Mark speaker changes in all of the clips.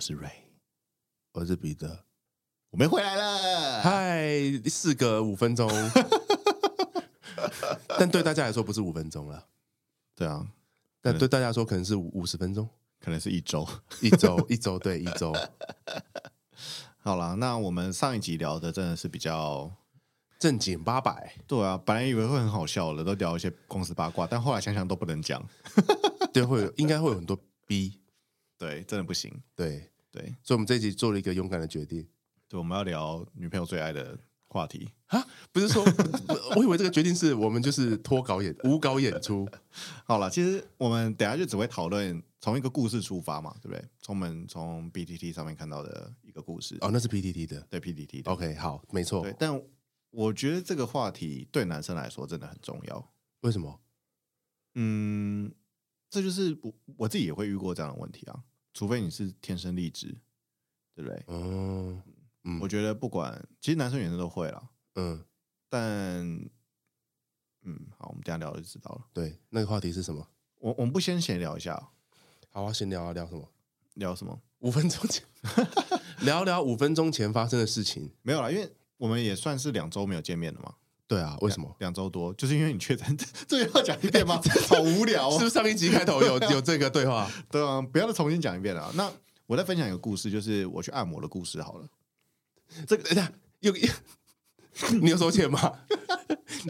Speaker 1: 是瑞，我是彼得，我们回来了。
Speaker 2: 嗨，事隔五分钟，但对大家来说不是五分钟了，
Speaker 1: 对啊，
Speaker 2: 但对大家来说可能是五十分钟，
Speaker 1: 可能是一周。
Speaker 2: 一周，一周，对，一周，
Speaker 1: 好啦，那我们上一集聊的真的是比较，
Speaker 2: 正经八百，
Speaker 1: 对啊，本来以为会很好笑的，都聊一些公司八卦，但后来想想都不能讲，
Speaker 2: 对，会有应该会有很多 B，
Speaker 1: 对，真的不行，
Speaker 2: 对，
Speaker 1: 对，
Speaker 2: 所以我们这一集做了一个勇敢的决定
Speaker 1: 对，我们要聊女朋友最爱的话题，
Speaker 2: 啊，不是说，我我以为这个决定是我们就是脱稿演无稿演出，
Speaker 1: 好了，其实我们等一下就只会讨论从一个故事出发嘛，对不对？从我们从 BTT 上面看到的一个故事，
Speaker 2: 哦，那是 PTT 的
Speaker 1: 对 PTT 的，
Speaker 2: ，OK，好，没错
Speaker 1: 对。，但我觉得这个话题对男生来说真的很重要。
Speaker 2: 为什么？
Speaker 1: 嗯，这就是我我自己也会遇过这样的问题啊，除非你是天生丽质，对不对？
Speaker 2: 哦，嗯
Speaker 1: 我觉得不管，其实男生女生都会啦，
Speaker 2: 嗯，
Speaker 1: 但嗯，好，我们等一下聊就知道了。
Speaker 2: 对，那个话题是什么？
Speaker 1: 我我们不先闲聊一下，
Speaker 2: 好啊，闲聊啊，聊什么？
Speaker 1: 聊什么？
Speaker 2: 五分钟 前聊聊五分钟前发生的事情。
Speaker 1: 没有啦，因为我们也算是两周没有见面了嘛。
Speaker 2: 对啊，为什么？
Speaker 1: 两周多，就是因为你确诊， 这这又要讲一遍 吗？好无聊
Speaker 2: 是不
Speaker 1: 哦。
Speaker 2: 是上一集开头有 有这个对话？
Speaker 1: 对啊，不要再重新讲一遍了。那我再分享一个故事，就是我去按摩的故事好了。
Speaker 2: 这个等一下又 又你有收钱 吗？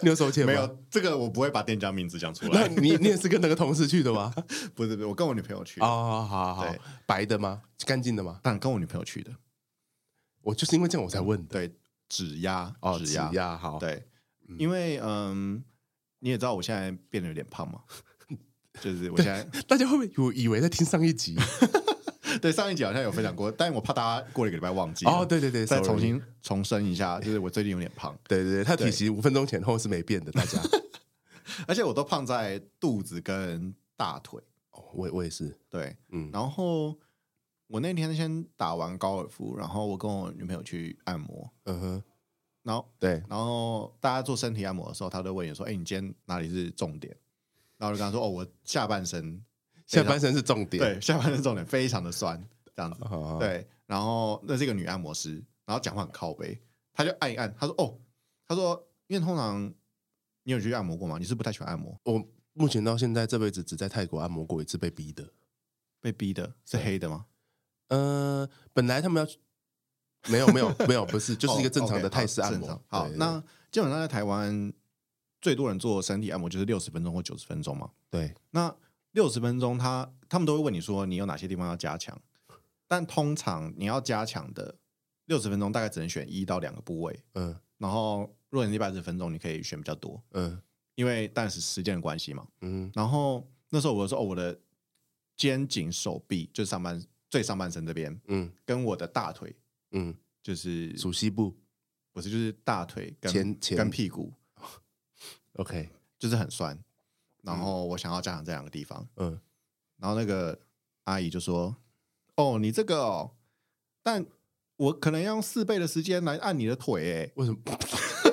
Speaker 2: 你有收钱吗？
Speaker 1: 没。有这个，我不会把店家名字讲出
Speaker 2: 那
Speaker 1: 来。
Speaker 2: 你你也是跟那个同事去的 吗？
Speaker 1: 不是，不是，我跟我女朋友去，
Speaker 2: 哦，好好好
Speaker 1: 对，
Speaker 2: 白的吗？干净的吗？
Speaker 1: 但跟我女朋友去的。
Speaker 2: 我就是因为这样我才问的。
Speaker 1: 对，指压
Speaker 2: 哦，
Speaker 1: 指
Speaker 2: 指
Speaker 1: 压，
Speaker 2: 压好，
Speaker 1: 对，因为嗯，你也知道我现在变得有点胖 嘛，就是我现在
Speaker 2: 大家会不会有以为在听上一集？
Speaker 1: 对上一集好像有分享过，但我怕大家过了一个礼拜忘记了
Speaker 2: 哦，，对对对，
Speaker 1: 再
Speaker 2: sorry
Speaker 1: 重，新重申一下，就是我最近有点胖。
Speaker 2: 对对对，他体
Speaker 1: 对
Speaker 2: 型五分钟前后是没变的，大家。
Speaker 1: 而且我都胖在肚子跟大腿。
Speaker 2: 哦我我也是，
Speaker 1: 对，
Speaker 2: 嗯，
Speaker 1: 然后我那天先打完高尔夫，然后我跟我女朋友去按摩，
Speaker 2: 嗯哼，
Speaker 1: 然后
Speaker 2: 对，
Speaker 1: 然后大家做身体按摩的时候，她都问你说：“哎、你今天哪里是重点？”然后我就跟她说：“哦，我下半身，
Speaker 2: 下半身是重点，
Speaker 1: 对，下半身重点非常的酸，这样子。
Speaker 2: 哦，
Speaker 1: 对，然后那是一个女按摩师，然后讲话很靠背，她就按一按，她说：“哦，她说，因为通常你有去按摩过吗？你是不太喜欢按摩，
Speaker 2: 我目前到现在这辈子只在泰国按摩过一次，被逼的。
Speaker 1: 被逼的，是黑的吗？
Speaker 2: 呃，本来他们要去没有没有没有，不是，就是一个正常的泰式按摩
Speaker 1: 哦。，OK，好，
Speaker 2: 对
Speaker 1: 正常好那基本上在台湾最多人做身体按摩就是六十分钟或九十分钟嘛。
Speaker 2: 对
Speaker 1: 那六十分钟他，他们都会问你说你有哪些地方要加强，但通常你要加强的六十分钟大概只能选一到两个部位，
Speaker 2: 嗯
Speaker 1: 然后如果你一百十分钟，你可以选比较多，
Speaker 2: 嗯
Speaker 1: 因为但是时间的关系嘛。
Speaker 2: 嗯
Speaker 1: 然后那时候我就说哦，我的肩颈、手臂就是上半最上半身这边，
Speaker 2: 嗯
Speaker 1: 跟我的大腿
Speaker 2: 嗯，
Speaker 1: 就是
Speaker 2: 属西部
Speaker 1: 不是，就是大腿跟
Speaker 2: 前前
Speaker 1: 跟屁股，
Speaker 2: ，OK，
Speaker 1: 就是很酸。然后我想要加强这两个地方，
Speaker 2: 嗯
Speaker 1: 然后那个阿姨就说：“哦，你这个哦，但我可能要用四倍的时间来按你的腿，哎，
Speaker 2: 为什么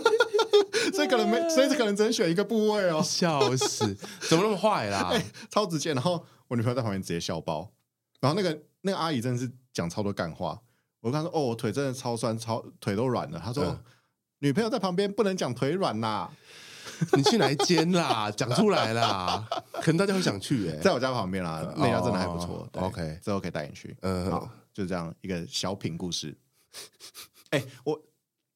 Speaker 1: 所以可能没，所以可能只能选一个部位哦，
Speaker 2: 笑死？怎么那么坏啦？
Speaker 1: 超直接。”然后我女朋友在旁边直接笑爆。然后那个那个阿姨真的是讲超多干话。我跟她说：“哦，我腿真的超酸，超腿都软了。”她说：“
Speaker 2: 嗯
Speaker 1: 女朋友在旁边不能讲腿软啦，
Speaker 2: 你去哪一间啦？讲出来啦，可能大家会想去哎。
Speaker 1: 在我家旁边啦，那家真的还不错。
Speaker 2: 哦
Speaker 1: 对
Speaker 2: OK
Speaker 1: 之后可以带你去。好
Speaker 2: 嗯，，
Speaker 1: 就这样一个小品故事。 哎、我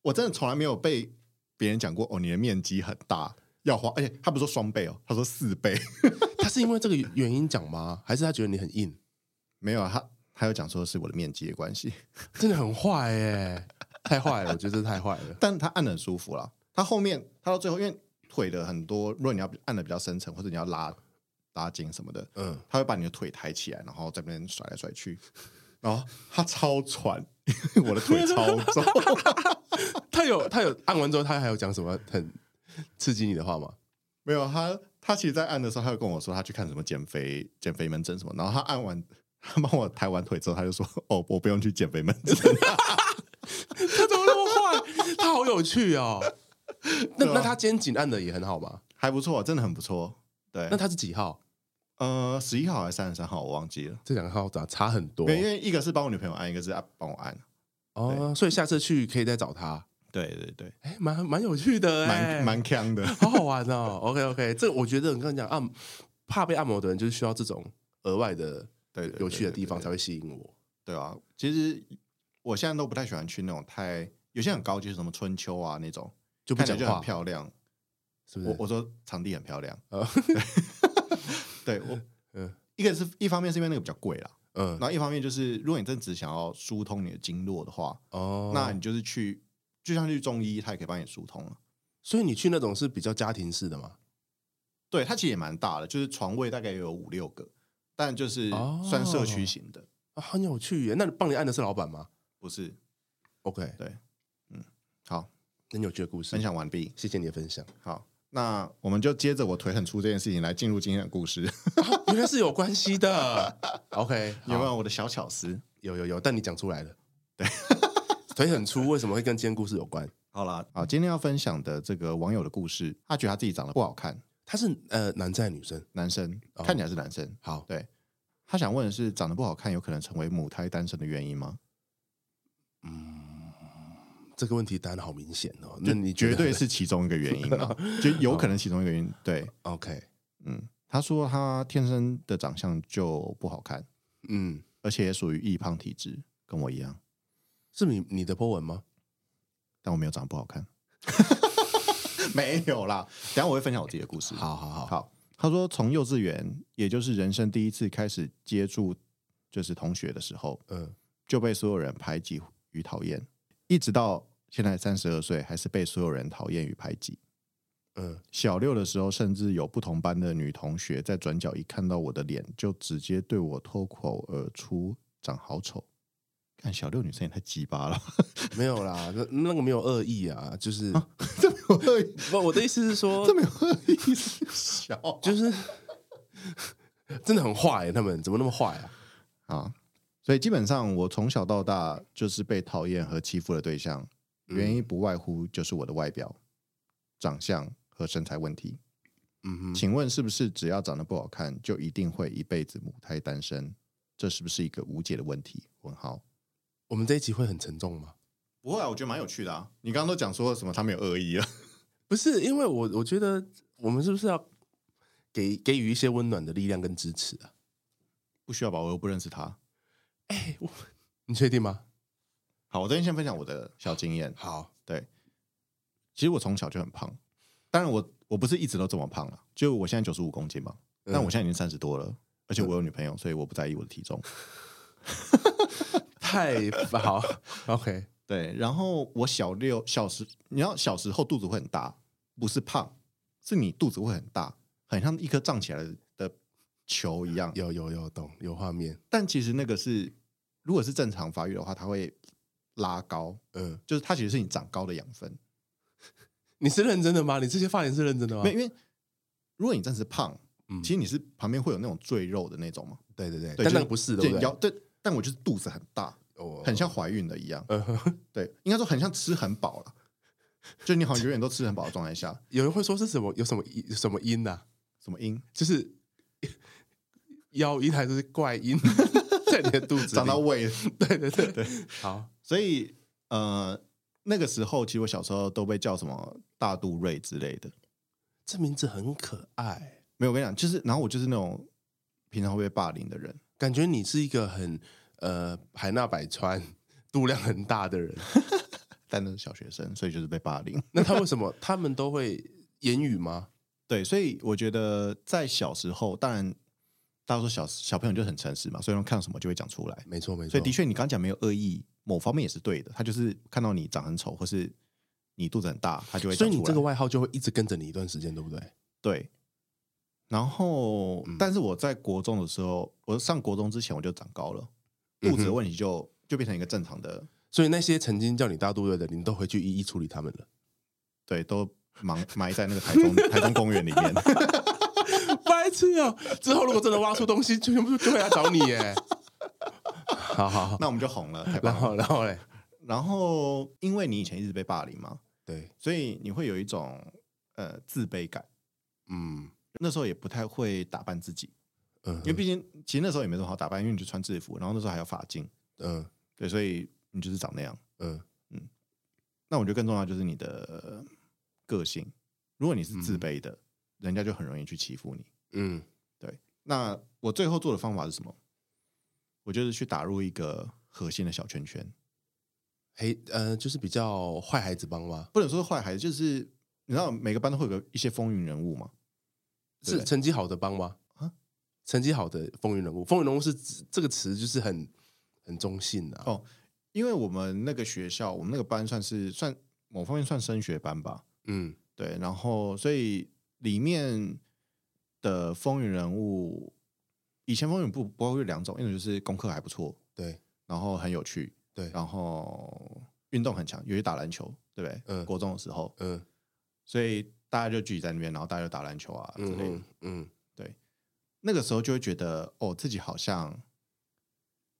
Speaker 1: 我真的从来没有被别人讲过哦，你的面积很大，要花，而且他不是说双倍哦，他说四倍，
Speaker 2: 他是因为这个原因讲吗？还是他觉得你很硬？
Speaker 1: 没有啊，他他有讲说是我的面积的关系，
Speaker 2: 真的很坏哎，太坏了，我觉得这太坏了。
Speaker 1: 但他按的很舒服啦。他后面他到最后，因为腿的很多，如果你要按的比较深层，或者你要拉拉筋什么的，
Speaker 2: 嗯，
Speaker 1: 他会把你的腿抬起来，然后在那边甩来甩去，然后他超喘， 因为我的腿超重。
Speaker 2: 他有他有按完之后，他还有讲什么很刺激你的话吗？
Speaker 1: 没有，他他其实，在按的时候，他有跟我说他去看什么减肥减肥门诊什么，然后他按完，他帮我抬完腿之后，他就说：“ 哦，我不用去减肥门诊。
Speaker 2: 他怎么那么坏？ 他好有趣 哦。那
Speaker 1: 对啊
Speaker 2: 那他肩颈按的也很好吗？”
Speaker 1: 还不错，真的很不错。对
Speaker 2: 那，他是几号？
Speaker 1: 呃，十一号还是三十三号，我忘记了。
Speaker 2: 这两个号咋差很多
Speaker 1: 没有因为一个是帮我女朋友按，一个是帮我按。
Speaker 2: 哦，所以下次去可以再找他。
Speaker 1: 对对对，
Speaker 2: 哎，蛮蛮有趣的，哎
Speaker 1: 蛮蛮强的。
Speaker 2: 好好玩哦。OK OK，这我觉得我跟你讲，按怕被按摩的人就是需要这种额外的
Speaker 1: 对对对
Speaker 2: 有趣的地方
Speaker 1: 对对
Speaker 2: 才会吸引我。
Speaker 1: 对啊，其实我现在都不太喜欢去那种太有些很高级，什么春秋啊那种，
Speaker 2: 就不
Speaker 1: 看起
Speaker 2: 讲
Speaker 1: 来就
Speaker 2: 话
Speaker 1: 很，漂亮。
Speaker 2: 是不
Speaker 1: 我
Speaker 2: 是？
Speaker 1: 我说场地很漂亮，
Speaker 2: 呃
Speaker 1: 对我
Speaker 2: 嗯
Speaker 1: 一个是一方面是因为那个比较贵啦，
Speaker 2: 嗯
Speaker 1: 然后一方面就是如果你真的只想要疏通你的经络的话，
Speaker 2: 哦，
Speaker 1: 那你就是去就像去中医，他也可以帮你疏通了。
Speaker 2: 所以你去那种是比较家庭式的嘛？
Speaker 1: 对，它其实也蛮大的，就是床位大概也有五六个，但就是
Speaker 2: 哦
Speaker 1: 算社区型的，
Speaker 2: 啊，很有趣耶。那你帮你按的是老板吗
Speaker 1: 不是。
Speaker 2: ？OK，
Speaker 1: 好，
Speaker 2: 很有趣的故事
Speaker 1: 分，享完毕。
Speaker 2: 谢谢你的分享。
Speaker 1: 好，那我们就接着我腿很粗这件事情来进入今天的故事，
Speaker 2: 哦原来是有关 系的。OK，
Speaker 1: 有没
Speaker 2: 好
Speaker 1: 有我的小巧思？
Speaker 2: 有有有，但你讲出来了。对， 腿很粗，为什么会跟今天故事有关？
Speaker 1: 好啦，好，今天要分享的这个网友的故事，他觉得他自己长得不好看，
Speaker 2: 他是呃男生还是女生？
Speaker 1: 男生
Speaker 2: 哦
Speaker 1: 看起来是男生，
Speaker 2: 好，
Speaker 1: 他想问的是，长得不好看有可能成为母胎单身的原因吗？
Speaker 2: 这个问题答案好明显哦。那你觉
Speaker 1: 绝
Speaker 2: 得
Speaker 1: 对是其中一个原因 啦，就有可能其中一个原因。对，
Speaker 2: OK？
Speaker 1: 嗯，他说他天生的长相就不好看，
Speaker 2: 嗯，
Speaker 1: 而且也属于易胖体质，跟我一样，
Speaker 2: 是你你的波纹吗？
Speaker 1: 但我没有长得不好 看。没有啦，等一下我会分享我自己的故事。
Speaker 2: 好好好，
Speaker 1: 好，他说从幼稚园，也就是人生第一次开始接触就是同学的时候，
Speaker 2: 嗯，
Speaker 1: 就被所有人排挤与讨厌，一直到现在三十二岁，还是被所有人讨厌与排挤。
Speaker 2: 嗯，
Speaker 1: 小六的时候，甚至有不同班的女同学在转角一看到我的脸，就直接对我脱口而出“长好丑”。看小六女生也太鸡巴了，
Speaker 2: 没有啦，那那个没有恶意啊，就是
Speaker 1: 这没有恶意，
Speaker 2: 不，我的意思是说
Speaker 1: 这，没有恶意，小啊
Speaker 2: 就是 真的很坏耶，他们怎么那么坏啊？
Speaker 1: 啊。所以基本上，我从小到大就是被讨厌和欺负的对象，原因不外乎就是我的外表、长相和身材问题。
Speaker 2: 嗯哼，
Speaker 1: 请问是不是只要长得不好看，就一定会一辈子母胎单身？这是不是一个无解的问题？问号。
Speaker 2: 我们这一集会很沉重吗？
Speaker 1: 不会啊，我觉得蛮有趣的啊。你刚刚都讲说什么他没有恶意啊？
Speaker 2: 不是，因为我我觉得我们是不是要给给予一些温暖的力量跟支持啊？
Speaker 1: 不需要吧，我又不认识他。
Speaker 2: 哎，我你确定吗？
Speaker 1: 好，我这边先分享我的小经验。
Speaker 2: 好，
Speaker 1: 其实我从小就很胖，当然我我不是一直都这么胖了，就我现在九十五公斤嘛，
Speaker 2: 嗯
Speaker 1: 但我现在已经三十多了，而且我有女朋友，所以我不在意我的体重。
Speaker 2: 太好，OK，
Speaker 1: 对，然后我小六小时，你知道小时候肚子会很大，不是胖，是你肚子会很大，很像一颗胀起来的球一样。
Speaker 2: 有有有懂有画面，
Speaker 1: 但其实那个是，如果是正常发育的话，它会拉高，
Speaker 2: 嗯，
Speaker 1: 就是它其实是你长高的养分。
Speaker 2: 你是认真的吗？你这些发言是认真的吗
Speaker 1: 没？有，因为如果你真的是胖，
Speaker 2: 嗯
Speaker 1: 其实你是旁边会有那种赘肉的那种嘛，
Speaker 2: 对对对，
Speaker 1: 对
Speaker 2: 但
Speaker 1: 就
Speaker 2: 那个不是的，
Speaker 1: 对
Speaker 2: 对不
Speaker 1: 腰
Speaker 2: 对？
Speaker 1: 对，但我就是肚子很大，
Speaker 2: 哦
Speaker 1: 很像怀孕的一样。
Speaker 2: 呃，
Speaker 1: 对，应该说很像吃很饱了，就你好像永远都吃很饱的状态下，
Speaker 2: 有人会说是什么？有什么音？有什么音呐、啊
Speaker 1: 什么音
Speaker 2: 就是 腰音还是怪音 在你的肚子里
Speaker 1: 长到胃，
Speaker 2: 对对对对，好，
Speaker 1: 所以呃，那个时候其实我小时候都被叫什么大肚瑞之类的。
Speaker 2: 这名字很可爱，
Speaker 1: 没有，我跟你讲，就是然后我就是那种平常会被霸凌的人，
Speaker 2: 感觉你是一个很呃海纳百川、度量很大的人。
Speaker 1: 但那是小学生，所以就是被霸凌。
Speaker 2: 那他为什么他们都会言语吗？
Speaker 1: 对，所以我觉得在小时候，当然大家说小小朋友就很诚实嘛，所以他们看到什么就会讲出来。
Speaker 2: 没错没错，
Speaker 1: 所以的确，你刚讲没有恶意，某方面也是对的。他就是看到你长很丑，或是你肚子很大，他就会
Speaker 2: 所
Speaker 1: 讲
Speaker 2: 以
Speaker 1: 出
Speaker 2: 你
Speaker 1: 来。
Speaker 2: 这个外号就会一直跟着你一段时间，对不对？
Speaker 1: 对。然后，
Speaker 2: 嗯
Speaker 1: 但是我在国中的时候，我上国中之前我就长高了，肚子
Speaker 2: 嗯
Speaker 1: 的
Speaker 2: 哼
Speaker 1: 问题就、就变成一个正常的，
Speaker 2: 所以那些曾经叫你大肚队的，你都回去一一处理他们 了。
Speaker 1: 对，都埋埋在那个台中台中公园里 面。
Speaker 2: 白痴
Speaker 1: 哦
Speaker 2: 啊！之后如果真的挖出东西，就全部就会来找你耶。好好好，
Speaker 1: 那我们就红了， 太棒
Speaker 2: 然
Speaker 1: 了。
Speaker 2: 后然后嘞，
Speaker 1: 然后，因为你以前一直被霸凌嘛，
Speaker 2: 对，
Speaker 1: 所以你会有一种呃自卑感。
Speaker 2: 嗯
Speaker 1: 那时候也不太会打扮自己，
Speaker 2: 嗯
Speaker 1: 因为毕竟其实那时候也没什么好打扮，因为你就穿制服，然后那时候还有发巾，
Speaker 2: 嗯
Speaker 1: 对，所以你就是长那样。
Speaker 2: 嗯
Speaker 1: 那我觉得更重要就是你的个性，如果你是自
Speaker 2: 嗯
Speaker 1: 卑的，人家就很容易去欺负你。
Speaker 2: 嗯
Speaker 1: 那我最后做的方法是什么？我就是去打入一个核心的小圈圈，
Speaker 2: 黑呃，就是比较坏孩子帮吗？
Speaker 1: 不能说是坏孩子，就是你知道每个班都会有个一些风云人物嘛，对
Speaker 2: 是成绩好的帮吗？
Speaker 1: 啊
Speaker 2: 啊，成绩好的风云人物，风云人物是指这个词就是很很中性的、啊。
Speaker 1: 哦因为我们那个学校，我们那个班算是算某方面算升学班吧，
Speaker 2: 嗯
Speaker 1: 对，然后所以里面的风云人物，以前风云不不会有两种，一种就是功课还不错，
Speaker 2: 对
Speaker 1: 然后很有趣，
Speaker 2: 对，
Speaker 1: 然后运动很强，尤其打篮球，对不对？
Speaker 2: 嗯
Speaker 1: 国中的时候，
Speaker 2: 嗯
Speaker 1: 所以大家就聚集在那边，然后大家就打篮球啊之类
Speaker 2: 嗯
Speaker 1: 的。
Speaker 2: 嗯嗯
Speaker 1: 那个时候就会觉得，哦，自己好像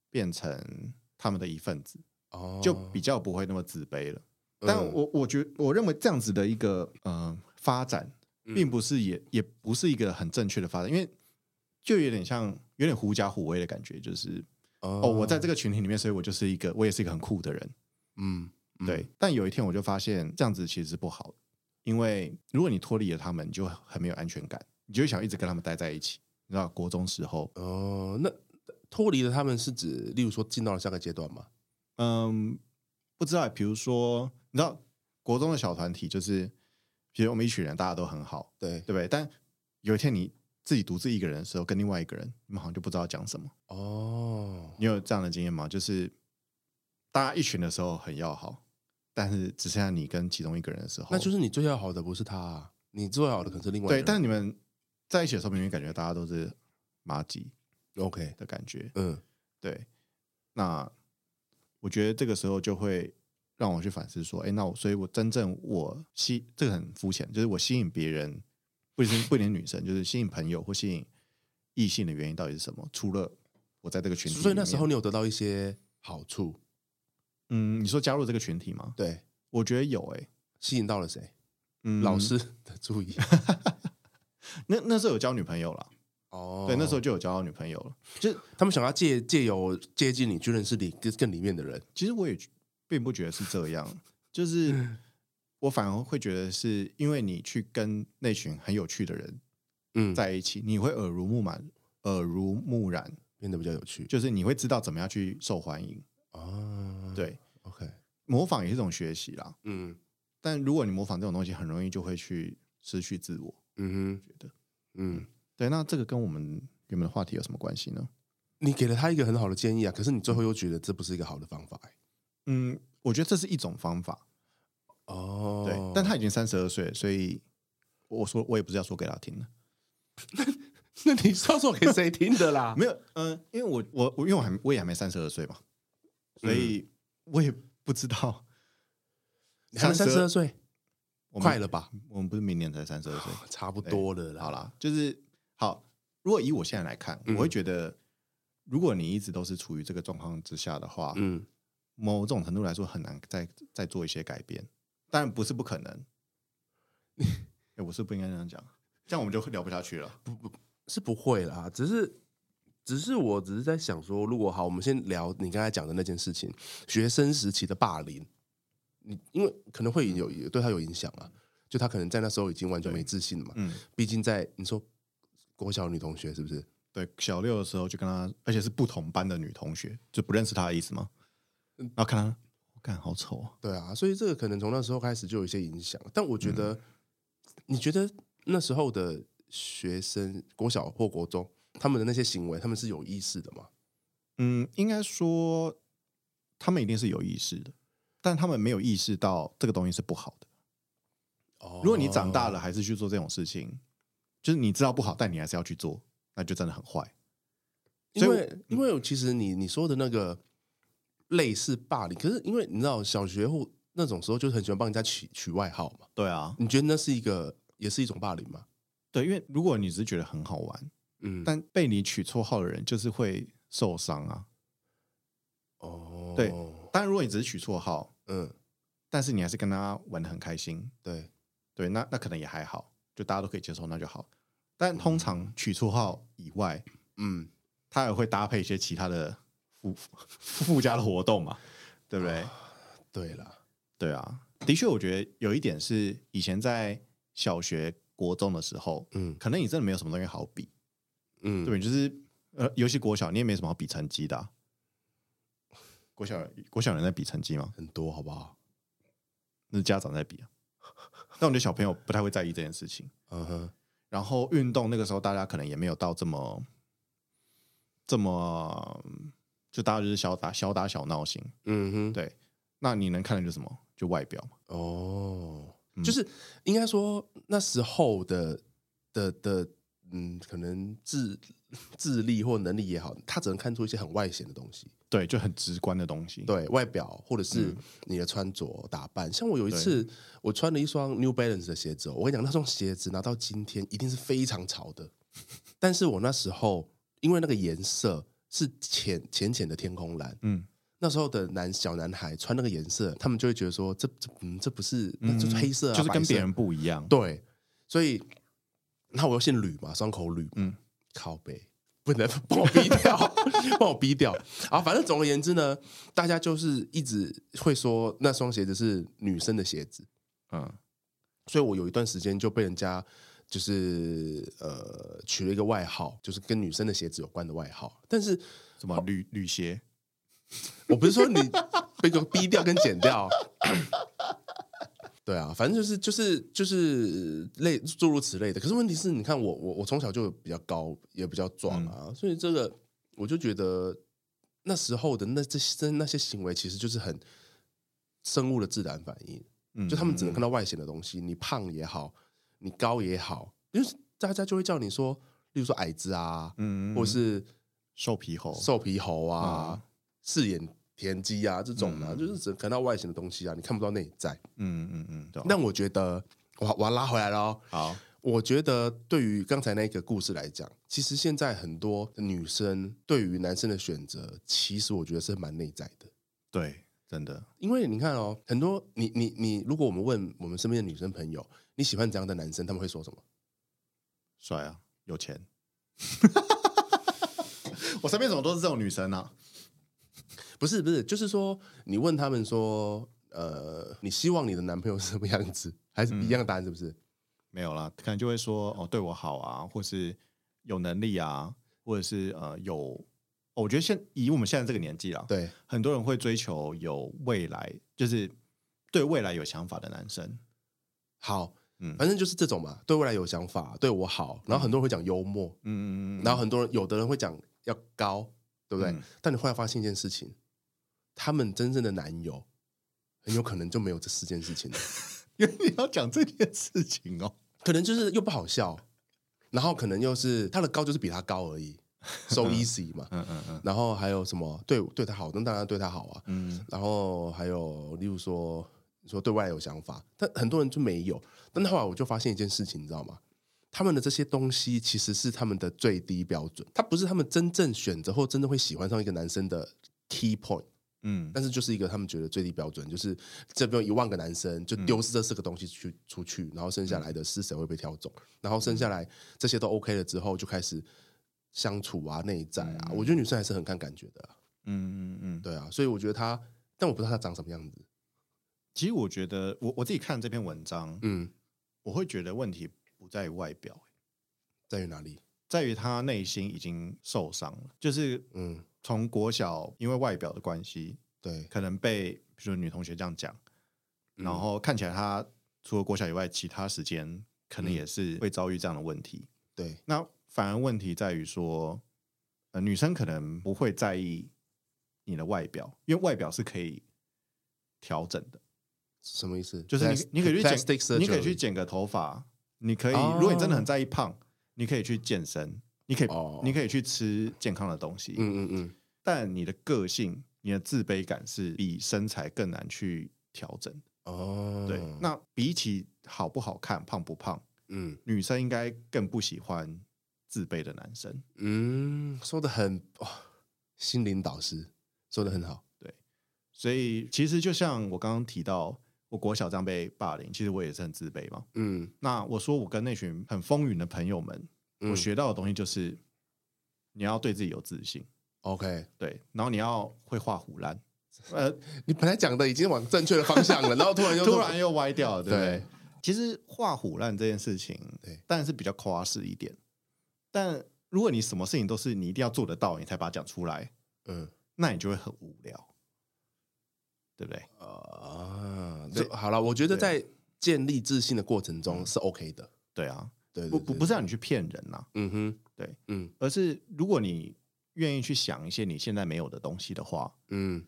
Speaker 1: 变成他们的一份子，
Speaker 2: 哦，
Speaker 1: 就比较不会那么自卑了。
Speaker 2: 嗯
Speaker 1: 但我我觉我认为这样子的一个呃发展，
Speaker 2: 嗯
Speaker 1: 并不是也也不是一个很正确的发展，因为就有点像有点狐假虎威的感觉，就是
Speaker 2: 哦
Speaker 1: 哦，我在这个群体里面，所以我就是一个我也是一个很酷的人，
Speaker 2: 嗯嗯
Speaker 1: 对。但有一天我就发现这样子其实是不好的，因为如果你脱离了他们，你就很没有安全感，你就会想一直跟他们待在一起。你知道国中时候，
Speaker 2: 哦，那脱离了他们是指，例如说进到了下个阶段吗？
Speaker 1: 嗯，不知道，比如说你知道国中的小团体就是，比如我们一群人大家都很好，
Speaker 2: 对
Speaker 1: 对，不对？但有一天你自己独自一个人的时候，跟另外一个人，你们好像就不知道讲什么。
Speaker 2: 哦，
Speaker 1: 你有这样的经验吗？就是大家一群的时候很要好，但是只剩下你跟其中一个人的时候，
Speaker 2: 那就是你最要好的不是他、啊，你最要好的可能是另外一个
Speaker 1: 对。
Speaker 2: 人
Speaker 1: 但是你们在一起的时候，明明感觉大家都是麻吉
Speaker 2: OK，
Speaker 1: 的感觉。
Speaker 2: 嗯
Speaker 1: 对，那我觉得这个时候就会让我去反思说，哎，那我所以，我真正我吸这个很肤浅，就是我吸引别人，不一定不一定女生，就是吸引朋友或吸引异性的原因到底是什么？除了我在这个群体里面，
Speaker 2: 所以那时候你有得到一些好处，
Speaker 1: 嗯，你说加入这个群体吗？
Speaker 2: 对，
Speaker 1: 我觉得有诶、
Speaker 2: 吸引到了谁？
Speaker 1: 嗯，
Speaker 2: 老师的 注意。
Speaker 1: 那那时候有交女朋友了，
Speaker 2: 哦，
Speaker 1: 对，那时候就有交到女朋友了。
Speaker 2: 就是他们想要借借由接近你去认识你更更里面的人。
Speaker 1: 其实我也并不觉得是这样，就是我反而会觉得是因为你去跟那群很有趣的人
Speaker 2: 嗯，
Speaker 1: 在一起，你会耳濡目染，耳濡目染，
Speaker 2: 变得比较有趣。
Speaker 1: 就是你会知道怎么样去受欢迎。
Speaker 2: 哦，
Speaker 1: 对，
Speaker 2: ，OK，
Speaker 1: 模仿也是一种学习啦，
Speaker 2: 嗯
Speaker 1: 但如果你模仿这种东西，很容易就会去失去自我。
Speaker 2: 嗯哼，
Speaker 1: 觉得
Speaker 2: 嗯，
Speaker 1: 对，那这个跟我们原本的话题有什么关系呢？
Speaker 2: 你给了他一个很好的建议啊，可是你最后又觉得这不是一个好的方法、欸。
Speaker 1: 嗯，我觉得这是一种方法，
Speaker 2: 哦
Speaker 1: 对，但他已经三十二岁了，所以我说我也不是要说给他听的，
Speaker 2: 那你是要说给谁听的啦？
Speaker 1: 没有，嗯、因为我我我因为我还我也还没三十二岁嘛，所
Speaker 2: 嗯
Speaker 1: 以我也不知道
Speaker 2: 你 还没三十二岁，
Speaker 1: 我们
Speaker 2: 快了吧？
Speaker 1: 我们不是明年才三十二岁，
Speaker 2: 哦差不多了啦。
Speaker 1: 好，啦，就是好。如果以我现在来看，我
Speaker 2: 嗯
Speaker 1: 会觉得，如果你一直都是处于这个状况之下的话，
Speaker 2: 嗯
Speaker 1: 某种程度来说很难再再做一些改变。当然不是不可 能。哎，我是不应该这样讲，这样我们就聊不下去了。
Speaker 2: 是不会啦，只是只是我只是在想说，如果好，我们先聊你刚才讲的那件事情，学生时期的霸凌，你因为可能会有有对他有影响啊，就他可能在那时候已经完全
Speaker 1: 对
Speaker 2: 没自信了嘛，
Speaker 1: 嗯，
Speaker 2: 毕竟在你说国小女同学是不是？
Speaker 1: 对，小六的时候就跟他，而且是不同班的女同学，就不认识他的意思吗？然后看他，我看好丑啊！
Speaker 2: 对啊，所以这个可能从那时候开始就有一些影响。但我觉得，你觉得那时候的学生，国小或国中，他们的那些行为，他们是有意识的吗？
Speaker 1: 嗯，应该说他们一定是有意识的，但他们没有意识到这个东西是不好的。
Speaker 2: 哦
Speaker 1: 如果你长大了，还是去做这种事情，就是你知道不好，但你还是要去做，那就真的很坏。
Speaker 2: 因
Speaker 1: 所以嗯
Speaker 2: 为因为其实你你说的那个类似霸凌，可是因为你知道小学或那种时候就是很喜欢帮人家取取外号嘛，
Speaker 1: 对啊，
Speaker 2: 你觉得那是一个也是一种霸凌吗？
Speaker 1: 对，因为如果你只是觉得很好玩，
Speaker 2: 嗯，
Speaker 1: 但被你取绰号的人就是会受伤啊。
Speaker 2: 哦，
Speaker 1: 对当然，如果你只是取绰号，
Speaker 2: 嗯，
Speaker 1: 但是你还是跟他玩的很开心，
Speaker 2: 对，
Speaker 1: 对，那那可能也还好，就大家都可以接受，那就好。但通常取绰号以外，
Speaker 2: 嗯，
Speaker 1: 它也会搭配一些其他的附 附加的活动嘛，对不对？
Speaker 2: 啊对了，
Speaker 1: 对啊，的确，我觉得有一点是以前在小学、国中的时候，
Speaker 2: 嗯
Speaker 1: 可能你真的没有什么东西好比，
Speaker 2: 嗯，
Speaker 1: 对，就是呃，尤其国小，你也没什么好比成绩的啊、国小国小有人在比成绩吗？
Speaker 2: 很多好不好？
Speaker 1: 那是家长在比啊。但我觉得小朋友不太会在意这件事情。
Speaker 2: 嗯哼，
Speaker 1: 然后运动那个时候，大家可能也没有到这么这么，就大家就是小打小打小闹型。
Speaker 2: 嗯哼，
Speaker 1: 对，那你能看的就是什么？就外表嘛。
Speaker 2: 哦，
Speaker 1: 嗯
Speaker 2: 就是应该说那时候的的的，嗯，可能智 智力或能力也好，他只能看出一些很外显的东西，
Speaker 1: 对，就很直观的东西。
Speaker 2: 对外表或者是
Speaker 1: 嗯
Speaker 2: 你的穿着打扮。像我有一次，我穿了一双 New Balance 的鞋子哦，我跟你讲，那双鞋子拿到今天一定是非常潮的，但是我那时候因为那个颜色是浅浅浅的天空蓝，
Speaker 1: 嗯，
Speaker 2: 那时候的男小男孩穿那个颜色，他们就会觉得说这这嗯这不是，那就是黑色、啊，
Speaker 1: 就是跟
Speaker 2: 白色
Speaker 1: 别人不一样。
Speaker 2: 对，所以那我又姓吕嘛，双口吕，嗯
Speaker 1: 嗯，
Speaker 2: 靠背不能 帮我逼掉， 帮我逼掉啊！反正总而言之呢，大家就是一直会说那双鞋子是女生的鞋子，
Speaker 1: 嗯，
Speaker 2: 所以我有一段时间就被人家就是呃取了一个外号，就是跟女生的鞋子有关的外号，但是
Speaker 1: 什么旅旅鞋？
Speaker 2: 我不是说你被我逼掉跟剪掉。 对啊，反正就是就是就是类诸如此类的。可是问题是，你看我我我从小就比较高，也比较壮啊，
Speaker 1: 嗯
Speaker 2: 所以这个我就觉得那时候的那这些那些行为其实就是很生物的自然反应，
Speaker 1: 嗯，
Speaker 2: 就他们只能看到外显的东西，你胖也好，你高也好，就是大家就会叫你说，例如说矮子啊，
Speaker 1: 嗯，嗯，嗯
Speaker 2: 或是
Speaker 1: 瘦皮猴。
Speaker 2: 瘦皮猴啊
Speaker 1: 哦嗯、
Speaker 2: 饰演田鸡啊这种的、
Speaker 1: 嗯
Speaker 2: 就是只能看到外形的东西啊，你看不到内在。
Speaker 1: 嗯嗯嗯，对啊。
Speaker 2: 但我觉得，我我要拉回来了哦。
Speaker 1: 好，
Speaker 2: 我觉得对于刚才那个故事来讲，其实现在很多女生对于男生的选择，其实我觉得是蛮内在的。
Speaker 1: 对，真的，
Speaker 2: 因为你看哦，很多你你你，如果我们问我们身边的女生朋友，你喜欢怎样的男生，他们会说什么？
Speaker 1: 帅啊，有 钱。 我身边怎么都是这种女生啊？
Speaker 2: 不是不是，就是说你问他们说，呃，你希望你的男朋友是什么样子，还
Speaker 1: 嗯
Speaker 2: 是一样的答案是不是？
Speaker 1: 没有啦，可能就会说哦，对我好啊，或是有能力啊，或者是呃有、哦我觉得现以我们现在这个年纪啊，
Speaker 2: 对，
Speaker 1: 很多人会追求有未来，就是对未来有想法的男生。
Speaker 2: 好，
Speaker 1: 嗯
Speaker 2: 反正就是这种嘛，对未来有想法，对我好，然后很多人会讲幽默，
Speaker 1: 嗯嗯嗯嗯，
Speaker 2: 然后很多人有的人会讲要高，对不对？
Speaker 1: 嗯
Speaker 2: 但你后来发现一件事情，他们真正的男友很有可能就没有这四件 事情了，
Speaker 1: 因为你要讲这件事情哦，
Speaker 2: 可能就是又不好笑，然后可能又是他的高就是比他高而已，so easy 嘛，
Speaker 1: 嗯嗯嗯
Speaker 2: 然后还有什么对对他好，那当然对他好啊，
Speaker 1: 嗯，
Speaker 2: 然后还有例如说说对外有想法，但很多人就没有。但后来我就发现一件事情，你知道吗？他们的这些东西其实是他们的最低标准，它不是他们真正选择或真正会喜欢上一个男生的 key point，
Speaker 1: 嗯
Speaker 2: 但是就是一个他们觉得最低标准，就是这边有一万个男生就丢失这四个东西去出去，然后剩下来的是谁会被挑中，然后剩下来这些都 OK 了之后，就开始相处啊、内在啊。我觉得女生还是很看感觉的啊、
Speaker 1: 嗯嗯嗯，
Speaker 2: 对啊，所以我觉得他，但我不知道他长什么样子。
Speaker 1: 其实我觉得我我自己看这篇文章，
Speaker 2: 嗯，
Speaker 1: 我会觉得问题不在于外表，
Speaker 2: 在于哪里？
Speaker 1: 在于他内心已经受伤了，就是
Speaker 2: 嗯，
Speaker 1: 从国小因为外表的关系，
Speaker 2: 对，
Speaker 1: 可能被比如说女同学这样讲，
Speaker 2: 嗯
Speaker 1: 然后看起来他除了国小以外，其他时间可
Speaker 2: 嗯
Speaker 1: 能也是会遭遇这样的问题。
Speaker 2: 对，
Speaker 1: 那反而问题在于说，呃，女生可能不会在意你的外表，因为外表是可以调整的，
Speaker 2: 什么意思？
Speaker 1: 就是你
Speaker 2: Plas-
Speaker 1: 你可以去
Speaker 2: plastic
Speaker 1: 剪，
Speaker 2: surgery
Speaker 1: 你可以去剪个头发，你可以，
Speaker 2: 哦
Speaker 1: 如果你真的很在意胖，你可以去健身，你可以
Speaker 2: 哦
Speaker 1: 你可以去吃健康的东西，
Speaker 2: 嗯嗯嗯，
Speaker 1: 但你的个性、你的自卑感是比身材更难去调整。
Speaker 2: 哦，
Speaker 1: 对，那比起好不好看、胖不胖，
Speaker 2: 嗯
Speaker 1: 女生应该更不喜欢自卑的男生。
Speaker 2: 嗯，说的很哇、心灵导师说的很好。
Speaker 1: 所以其实就像我刚刚提到，我国小这样被霸凌，其实我也是很自卑嘛。
Speaker 2: 嗯，
Speaker 1: 那我说我跟那群很风云的朋友们，
Speaker 2: 嗯
Speaker 1: 我学到的东西就是你要对自己有自信，
Speaker 2: OK，
Speaker 1: 对，然后你要会画虎烂，呃，
Speaker 2: 你本来讲的已经往正确的方向 了，然后突然又
Speaker 1: 突然又歪掉了，对不对？
Speaker 2: 对
Speaker 1: 其实画虎烂这件事情，
Speaker 2: 对
Speaker 1: 当然是比较夸饰一点，但如果你什么事情都是你一定要做得到，你才把它讲出来，
Speaker 2: 嗯
Speaker 1: 那你就会很无聊，对不对？
Speaker 2: 啊，对，好了，我觉得在建立自信的过程中是 OK 的，
Speaker 1: 对啊，
Speaker 2: 对，
Speaker 1: 嗯不
Speaker 2: 对
Speaker 1: 不
Speaker 2: 对
Speaker 1: 不是让你去骗人呐、
Speaker 2: 嗯哼，
Speaker 1: 对，
Speaker 2: 嗯
Speaker 1: 而是如果你愿意去想一些你现在没有的东西的话，
Speaker 2: 嗯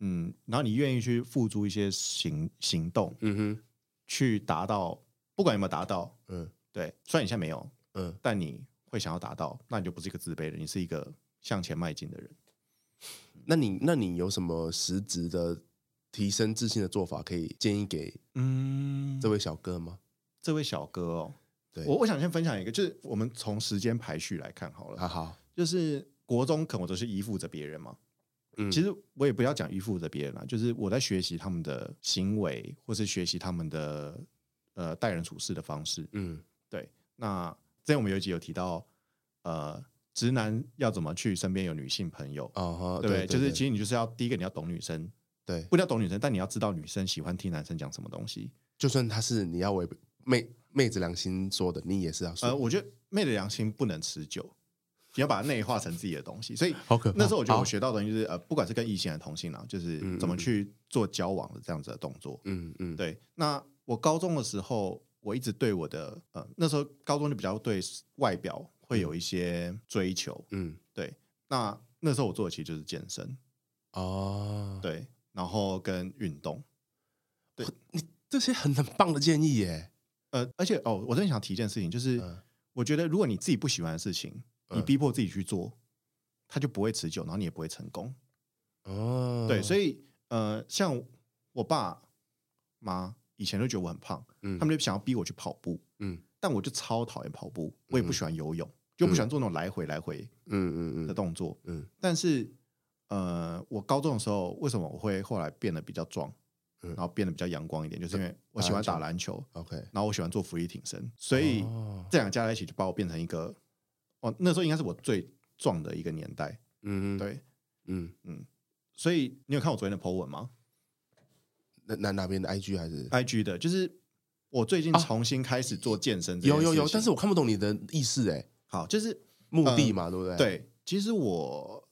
Speaker 1: 嗯，然后你愿意去付诸一些行行动，
Speaker 2: 嗯哼，
Speaker 1: 去达到，不管有没有达到，
Speaker 2: 嗯
Speaker 1: 对，虽然你现在没有，
Speaker 2: 嗯，
Speaker 1: 但你会想要达到，那你就不是一个自卑的人，你是一个向前迈进的人。
Speaker 2: 那你那你有什么实质的提升自信的做法可以建议给
Speaker 1: 嗯
Speaker 2: 这
Speaker 1: 这位
Speaker 2: 位小哥吗？
Speaker 1: 这位小哥哦，
Speaker 2: 对，
Speaker 1: 我我想先分享一个，就是我们从时间排序来看嗯好了，
Speaker 2: 好好，
Speaker 1: 就是国中可能我都是依附着别人嘛，
Speaker 2: 嗯
Speaker 1: 其实我也不要讲依附着别人啦，就是我在学习他们的行为，或是学习他们的呃待人处事的方式。
Speaker 2: 嗯
Speaker 1: 对，那之前我们有一集有提到，呃，直男要怎么去身边有女性朋友，
Speaker 2: 啊哈，
Speaker 1: 对不哦对？就是其
Speaker 2: 实
Speaker 1: 实你就是要第一个你要懂女生，
Speaker 2: 对，
Speaker 1: 不一定要懂女生，但你要知道女生喜欢听男生讲什么东西。
Speaker 2: 就算他是你要为妹妹子良心说的，你也是要
Speaker 1: 呃，
Speaker 2: 说，
Speaker 1: 我觉得妹的良心不能持久，你要把它内化成自己的东西。所以
Speaker 2: 好可怕
Speaker 1: 那时候我觉得我
Speaker 2: 好
Speaker 1: 学到的东西就是呃，不管是跟异性还是同性啊，就是
Speaker 2: 嗯
Speaker 1: 怎么
Speaker 2: 嗯
Speaker 1: 去做交往的这样子的动作。
Speaker 2: 嗯嗯，，
Speaker 1: 对，那我高中的时候，我一直对我的呃，那时候高中就比较对外表会有一些追求。
Speaker 2: 嗯
Speaker 1: 对，那那时候我做的其实就是健身，
Speaker 2: 哦，
Speaker 1: 对，然后跟运动。
Speaker 2: 这些很很棒的建议耶，
Speaker 1: 呃，而且哦，我真的想提一件事情，就是、
Speaker 2: 嗯
Speaker 1: 我觉得如果你自己不喜欢的事情，你
Speaker 2: 嗯
Speaker 1: 逼迫自己去做，它就不会持久，然后你也不会成功。
Speaker 2: 哦，
Speaker 1: 对，所
Speaker 2: 以
Speaker 1: 以呃，像我爸妈以前都觉得我很胖，
Speaker 2: 嗯
Speaker 1: 他们就想要逼我去跑步，
Speaker 2: 嗯
Speaker 1: 但我就超讨厌跑步，我也不喜欢游泳，就不喜欢做那种来回来回
Speaker 2: 嗯嗯
Speaker 1: 的
Speaker 2: 嗯
Speaker 1: 动作。
Speaker 2: 嗯
Speaker 1: 但是，呃，我高中的时候，为什么我会后来变得比较壮，
Speaker 2: 嗯
Speaker 1: 然后变得比较阳光一点，就是因为我喜欢打篮球，
Speaker 2: ，OK，
Speaker 1: 然后我喜欢做俯卧挺身，所以
Speaker 2: 哦
Speaker 1: 这两个加在一起就把我变成一个，哦，那时候应该是我最壮的一个年代。
Speaker 2: 嗯，
Speaker 1: 对，
Speaker 2: 嗯，
Speaker 1: 所以你有看我昨天的 po 文吗
Speaker 2: 那哪哪边的 IG 还是
Speaker 1: ？IG 的，就是我最近
Speaker 2: 啊
Speaker 1: 重新开始做健身这件事
Speaker 2: 有
Speaker 1: 情、
Speaker 2: 有有，但是我看不懂你的意思哎，
Speaker 1: 好，就是
Speaker 2: 目的嘛，对不
Speaker 1: 嗯
Speaker 2: 对？
Speaker 1: 对，其实我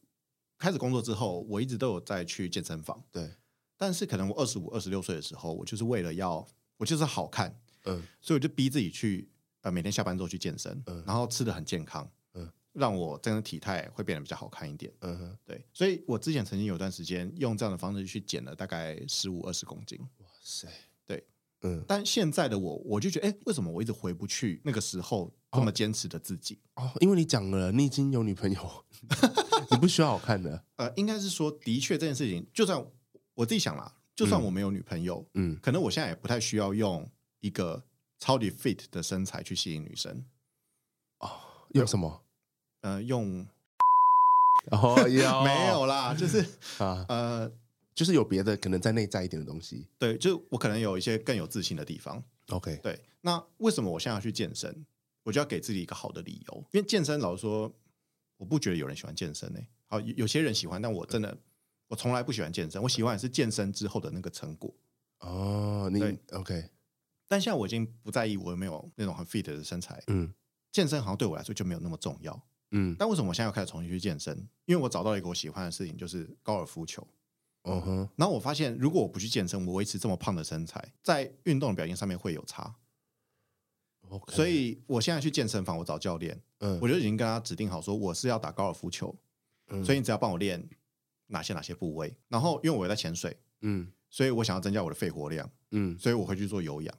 Speaker 1: 开始工作之后，我一直都有在去健身房，
Speaker 2: 对，
Speaker 1: 但是可能我二十五、二十六岁的时候，我就是为了要，我就是好看，
Speaker 2: 嗯
Speaker 1: 所以我就逼自己去，呃，每天下班之后去健身，
Speaker 2: 嗯
Speaker 1: 然后吃的很健康，
Speaker 2: 嗯
Speaker 1: 让我这样的体态会变得比较好看一点。
Speaker 2: 嗯哼，
Speaker 1: 对，所以我之前曾经有段时间用这样的方式去减了大概十五二十公斤，
Speaker 2: 哇塞，
Speaker 1: 对，
Speaker 2: 嗯，
Speaker 1: 但现在的我，我就觉得，哎，为什么我一直回不去那个时候这么坚持的自己？
Speaker 2: 哦，因为你讲了，你已经有女朋友， 你不需要好看的，
Speaker 1: 呃，应该是说，的确这件事情，就算我自己想啦，就算我没有女朋友，
Speaker 2: 嗯，
Speaker 1: 可能我现在也不太需要用一个超级 fit 的身材去吸引女生，
Speaker 2: 有什么？
Speaker 1: 呃，用
Speaker 2: 哦， 有
Speaker 1: 没有啦，就是
Speaker 2: 啊？
Speaker 1: 呃，
Speaker 2: 就是有别的，可能在内在一点的东西。
Speaker 1: 对，就是我可能有一些更有自信的地方。
Speaker 2: OK，
Speaker 1: 对，那为什么我现在要去健身？我就要给自己一个好的理由，因为健身老实说，我不觉得有人喜欢健身呢、好，有有些人喜欢，但我真的我从来不喜欢健身，我喜欢的是健身之后的那个成果。
Speaker 2: 哦，你
Speaker 1: 对
Speaker 2: OK，
Speaker 1: 但现在我已经不在意我有没有那种很 fit 的身材，
Speaker 2: 嗯
Speaker 1: 健身好像对我来说就没有那么重要。
Speaker 2: 嗯，
Speaker 1: 但为什么我现在要开始重新去健身？因为我找到了一个我喜欢的事情，就是高尔夫球。
Speaker 2: 哦哼，
Speaker 1: 然后我发现，如果我不去健身，我维持这么胖的身材，在运动的表现上面会有差。
Speaker 2: OK，
Speaker 1: 所以我现在去健身房，我找教练，
Speaker 2: 嗯，
Speaker 1: 我就已经跟他指定好说我是要打高尔夫球，
Speaker 2: 嗯
Speaker 1: 所以你只要帮我练哪些哪些部位。然后因为我有在潜水，
Speaker 2: 嗯
Speaker 1: 所以我想要增加我的肺活量，
Speaker 2: 嗯
Speaker 1: 所以我会去做有氧。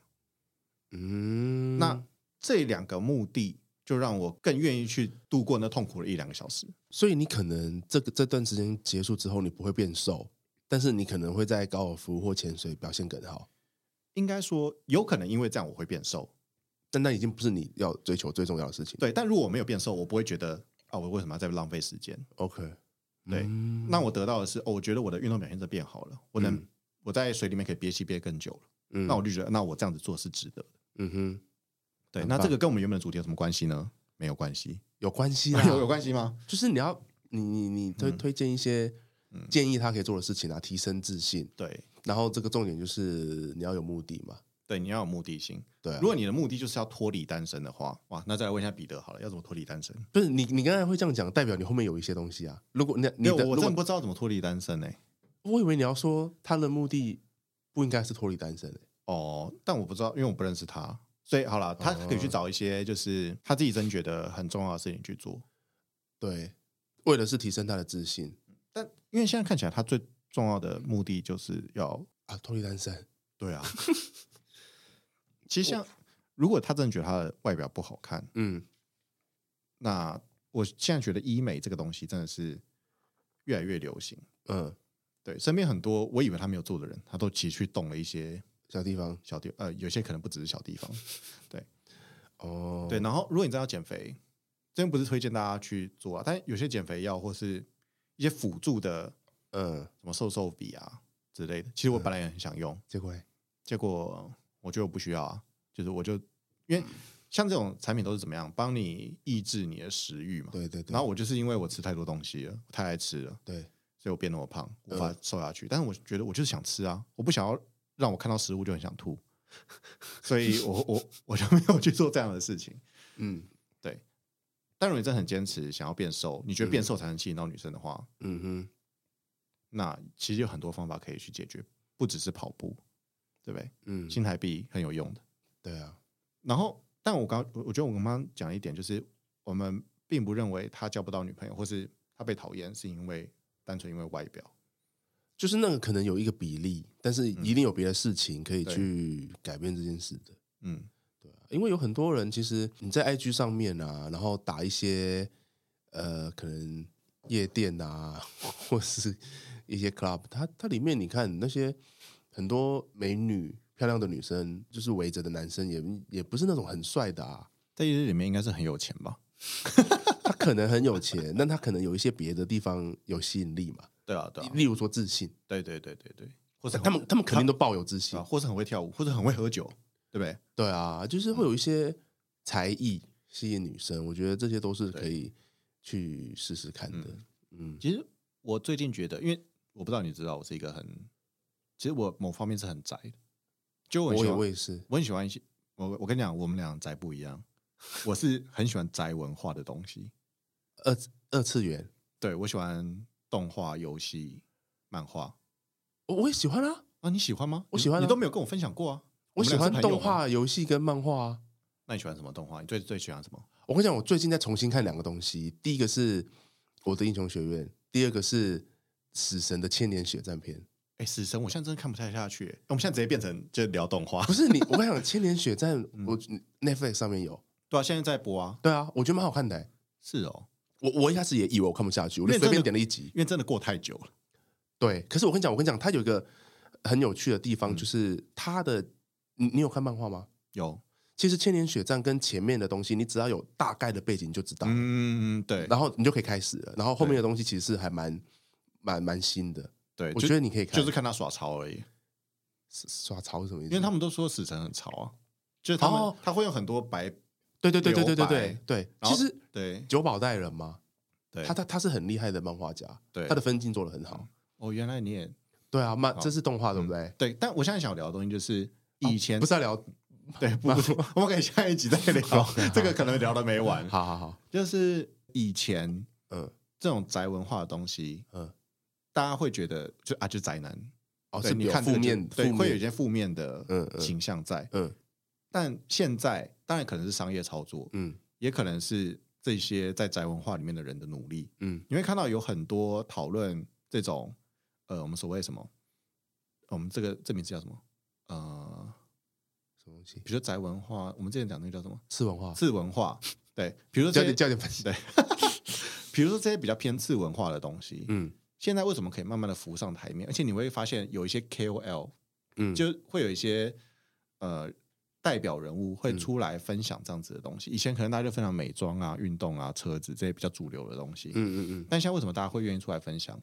Speaker 2: 嗯，
Speaker 1: 那这两个目的就让我更愿意去度过那痛苦的一两个小时。
Speaker 2: 所以你可能这个这段时间结束之后，你不会变瘦，但是你可能会在高尔夫或潜水表现更好。
Speaker 1: 应该说，有可能因为这样我会变瘦，
Speaker 2: 但那已经不是你要追求最重要的事情。
Speaker 1: 对。但如果我没有变瘦，我不会觉得啊，我为什么要再浪费时间？
Speaker 2: ，OK，
Speaker 1: 对
Speaker 2: 嗯
Speaker 1: 那我得到的是，哦，我觉得我的运动表现在变好了，我能、
Speaker 2: 嗯
Speaker 1: 我在水里面可以憋气憋更久了。
Speaker 2: 嗯
Speaker 1: 那我就觉得，那我这样子做是值得的。
Speaker 2: 嗯哼，
Speaker 1: 对，
Speaker 2: 很
Speaker 1: 那这
Speaker 2: 棒
Speaker 1: 个跟我们原本的主题有什么关系呢？没有关系，啊 嗯
Speaker 2: 有关系啦，
Speaker 1: 有有关系吗？
Speaker 2: 就是你要你你你推、推荐一些
Speaker 1: 嗯
Speaker 2: 建议他可以做的事情啊，提升自信。
Speaker 1: 对
Speaker 2: 然后这个重点就是你要有目的嘛，
Speaker 1: 对，你要有目的性。
Speaker 2: 对、啊
Speaker 1: 如。果你的目的就是要脱离单身的话，哇，那再来问一下彼得好了，要怎么脱离单身？
Speaker 2: 不是你，你刚才会这样讲，代表你后面有一些东西啊。如果你你
Speaker 1: 没有，
Speaker 2: 的，
Speaker 1: 我
Speaker 2: 如
Speaker 1: 真的不
Speaker 2: 果
Speaker 1: 知道怎么脱离单身呢、欸
Speaker 2: 我以为你要说他的目的不应该是脱离单身、欸，
Speaker 1: 哦，但我不知道，因为我不认识他，所以好了，他可以去找一些就是他自己真觉得很重要的事情去做。
Speaker 2: 对，为的是提升他的自信
Speaker 1: 但因为现在看起来，他最重要的目的就是要
Speaker 2: 啊，脱离单身。
Speaker 1: 对 啊。其实像如果他真的觉得他的外表不好看，
Speaker 2: 嗯，
Speaker 1: 那我现在觉得医美这个东西真的是越来越流行。
Speaker 2: 嗯，
Speaker 1: 对，身边很多我以为他没有做的人，他都其实去动了一些
Speaker 2: 小地方
Speaker 1: 小地，呃，有些可能不只是小地方。
Speaker 2: 哦，
Speaker 1: 对，，然后如果你真的要减肥，真不是推荐大家去做啊，但有些减肥药或是一些辅助的
Speaker 2: 嗯，
Speaker 1: 什么瘦瘦笔啊之类的，其实我本来也很想用，
Speaker 2: 结果欸
Speaker 1: 结果我觉得我不需要啊，就是我就因
Speaker 2: 嗯
Speaker 1: 为像这种产品都是怎么样帮你抑制你的食欲嘛，
Speaker 2: 对对对，
Speaker 1: 哦然后我就是因为我吃太多东西了，我太爱吃了，
Speaker 2: 对
Speaker 1: 所以我变那么胖，无法瘦下去。但是我觉得我就是想吃啊，我不想要让我看到食物就很想吐， 所以我我我就没有去做这样的事情。
Speaker 2: 嗯
Speaker 1: 但如果你真的很坚持想要变瘦，你觉得变瘦才能吸引到女生的话，
Speaker 2: 嗯哼，
Speaker 1: 那其实有很多方法可以去解决，不只是跑步，对不对？
Speaker 2: 嗯，
Speaker 1: 新台币很有用的。
Speaker 2: 对啊，
Speaker 1: 然后，但我刚我我觉得我刚刚讲了一点，就是我们并不认为他交不到女朋友，或是他被讨厌是因为单纯因为外表。
Speaker 2: 就是那个可能有一个比例，但是一定有别的事情可以
Speaker 1: 嗯对
Speaker 2: 去改变这件事的。
Speaker 1: 嗯，
Speaker 2: 因为有很多人其实你在 IG 上面啊，然后打一些呃，可能夜店啊， 或是一些 club，它它里面你看那些很多美女漂亮的女生，就是围着的男生也也不是那种很帅的啊，
Speaker 1: 在意识里面应该是很有钱吧？
Speaker 2: 他可能很有钱，但他可能有一些别的地方有吸引力嘛，
Speaker 1: 对啊，对啊，
Speaker 2: 例如说自信，
Speaker 1: 对对对对对，或是
Speaker 2: 他们他们肯定
Speaker 1: 都
Speaker 2: 都抱有自信
Speaker 1: 啊，，或是很会跳舞，或者很会喝酒，对不对？
Speaker 2: 对啊，就是
Speaker 1: 嗯
Speaker 2: 会有一些才艺吸引女生，我觉得这些都是可以去试试看的，嗯
Speaker 1: 其实我最近觉得，因为我不知道你知道，我是一个很，其实我某方面是很宅的，就我很
Speaker 2: 我
Speaker 1: 喜
Speaker 2: 也
Speaker 1: 欢，
Speaker 2: 我
Speaker 1: 我
Speaker 2: 也是，
Speaker 1: 很喜欢一些，我我跟你讲，我们俩宅不一样，我是很喜欢宅文化的东西，
Speaker 2: 二次二次元，
Speaker 1: 对我喜欢动画、游戏、漫画
Speaker 2: 我我也喜欢啊，
Speaker 1: 啊，你喜欢吗？
Speaker 2: 我
Speaker 1: 你
Speaker 2: 喜欢
Speaker 1: 你
Speaker 2: 啊
Speaker 1: 都没有跟我分享过啊，
Speaker 2: 我
Speaker 1: 们
Speaker 2: 喜
Speaker 1: 俩是
Speaker 2: 欢
Speaker 1: 朋友
Speaker 2: 动
Speaker 1: 吗，
Speaker 2: 画、游戏跟漫画啊。
Speaker 1: 那你喜欢什么动画？你最最喜欢什么？
Speaker 2: 我跟你讲，我最近在重新看两个东西，第一个是我的英雄学院，第二个是死神的千年血战篇。
Speaker 1: 哎，死神，我现在真的看不太下去耶，我们现在直接变成就聊动画
Speaker 2: 不，是你，我跟你讲，千年血战，
Speaker 1: 嗯
Speaker 2: 我 Netflix 上面有，
Speaker 1: 对啊，现在在播啊，
Speaker 2: 对啊，我觉得蛮好看的欸、
Speaker 1: 是哦，
Speaker 2: 我我一开始也以为我看不下去，我
Speaker 1: 因为
Speaker 2: 就随
Speaker 1: 真
Speaker 2: 便
Speaker 1: 的
Speaker 2: 点了一集，
Speaker 1: 因为真的过太久了，
Speaker 2: 对，可是我跟你讲，我跟你讲，它有一个很有趣的地
Speaker 1: 嗯
Speaker 2: 方，就是它的，你你有看漫画吗？
Speaker 1: 有，
Speaker 2: 其实《千年血战》跟前面的东西，你只要有大概的背景就知道，
Speaker 1: 嗯，对
Speaker 2: 然后你就可以开始了。然后后面的东西其实是还蛮蛮蛮新的，
Speaker 1: 对，
Speaker 2: 我
Speaker 1: 就
Speaker 2: 觉得你可以看，嗯
Speaker 1: 就是看他耍潮而已，
Speaker 2: 耍潮是什么意思？
Speaker 1: 因为他们都说死神很潮啊，就是他们、
Speaker 2: 哦
Speaker 1: 他会用很多白，
Speaker 2: 对对对对对对
Speaker 1: 留
Speaker 2: 对对，
Speaker 1: 然
Speaker 2: 其
Speaker 1: 后
Speaker 2: 实
Speaker 1: 对
Speaker 2: 久保带人嘛，
Speaker 1: 对，
Speaker 2: 他他他是很厉害的漫画家，
Speaker 1: 对
Speaker 2: 他的分镜做的很好。
Speaker 1: 哦，原来你也
Speaker 2: 对啊，漫这是动
Speaker 1: 嗯
Speaker 2: 画对不对？
Speaker 1: 对，但我现在想聊的东西就是以前、
Speaker 2: 哦不是要聊，
Speaker 1: 嗯对，不，我们可以下一集再聊，这个可能聊的没完，
Speaker 2: 好好好，
Speaker 1: 就是以前
Speaker 2: 嗯
Speaker 1: 这种宅文化的东西，
Speaker 2: 嗯，
Speaker 1: 大家会觉得就啊，就宅男，
Speaker 2: 哦，
Speaker 1: 对
Speaker 2: 是
Speaker 1: 你
Speaker 2: 有
Speaker 1: 看这
Speaker 2: 负
Speaker 1: 个就
Speaker 2: 面，
Speaker 1: 对，
Speaker 2: 负
Speaker 1: 会有一
Speaker 2: 面
Speaker 1: 些负面的
Speaker 2: 嗯嗯
Speaker 1: 形象在，
Speaker 2: 嗯
Speaker 1: 但现在当然可能是商业操作，
Speaker 2: 嗯
Speaker 1: 也可能是这些在宅文化里面的人的努力。
Speaker 2: 嗯
Speaker 1: 你会看到有很多讨论这种呃，我们所谓什么，呃我们这个这名字叫什么？呃，
Speaker 2: 什么东西？
Speaker 1: 比如说宅文化，我们之前讲那个叫什么
Speaker 2: 次文化，
Speaker 1: 次文化，对，比如说
Speaker 2: 教
Speaker 1: 这
Speaker 2: 点
Speaker 1: 些，
Speaker 2: 教点分析。
Speaker 1: 对，比如说这些比较偏次文化的东西，
Speaker 2: 嗯
Speaker 1: 现在为什么可以慢慢的浮上台面？而且你会发现有一些 KOL
Speaker 2: 嗯，
Speaker 1: 就会有一些呃代表人物
Speaker 2: 嗯
Speaker 1: 会出来分享这样子的东西。以前可能大家就分享美妆啊、运动啊、车子这些比较主流的东西，
Speaker 2: 嗯嗯
Speaker 1: 但现在为什么大家会愿意出来分享？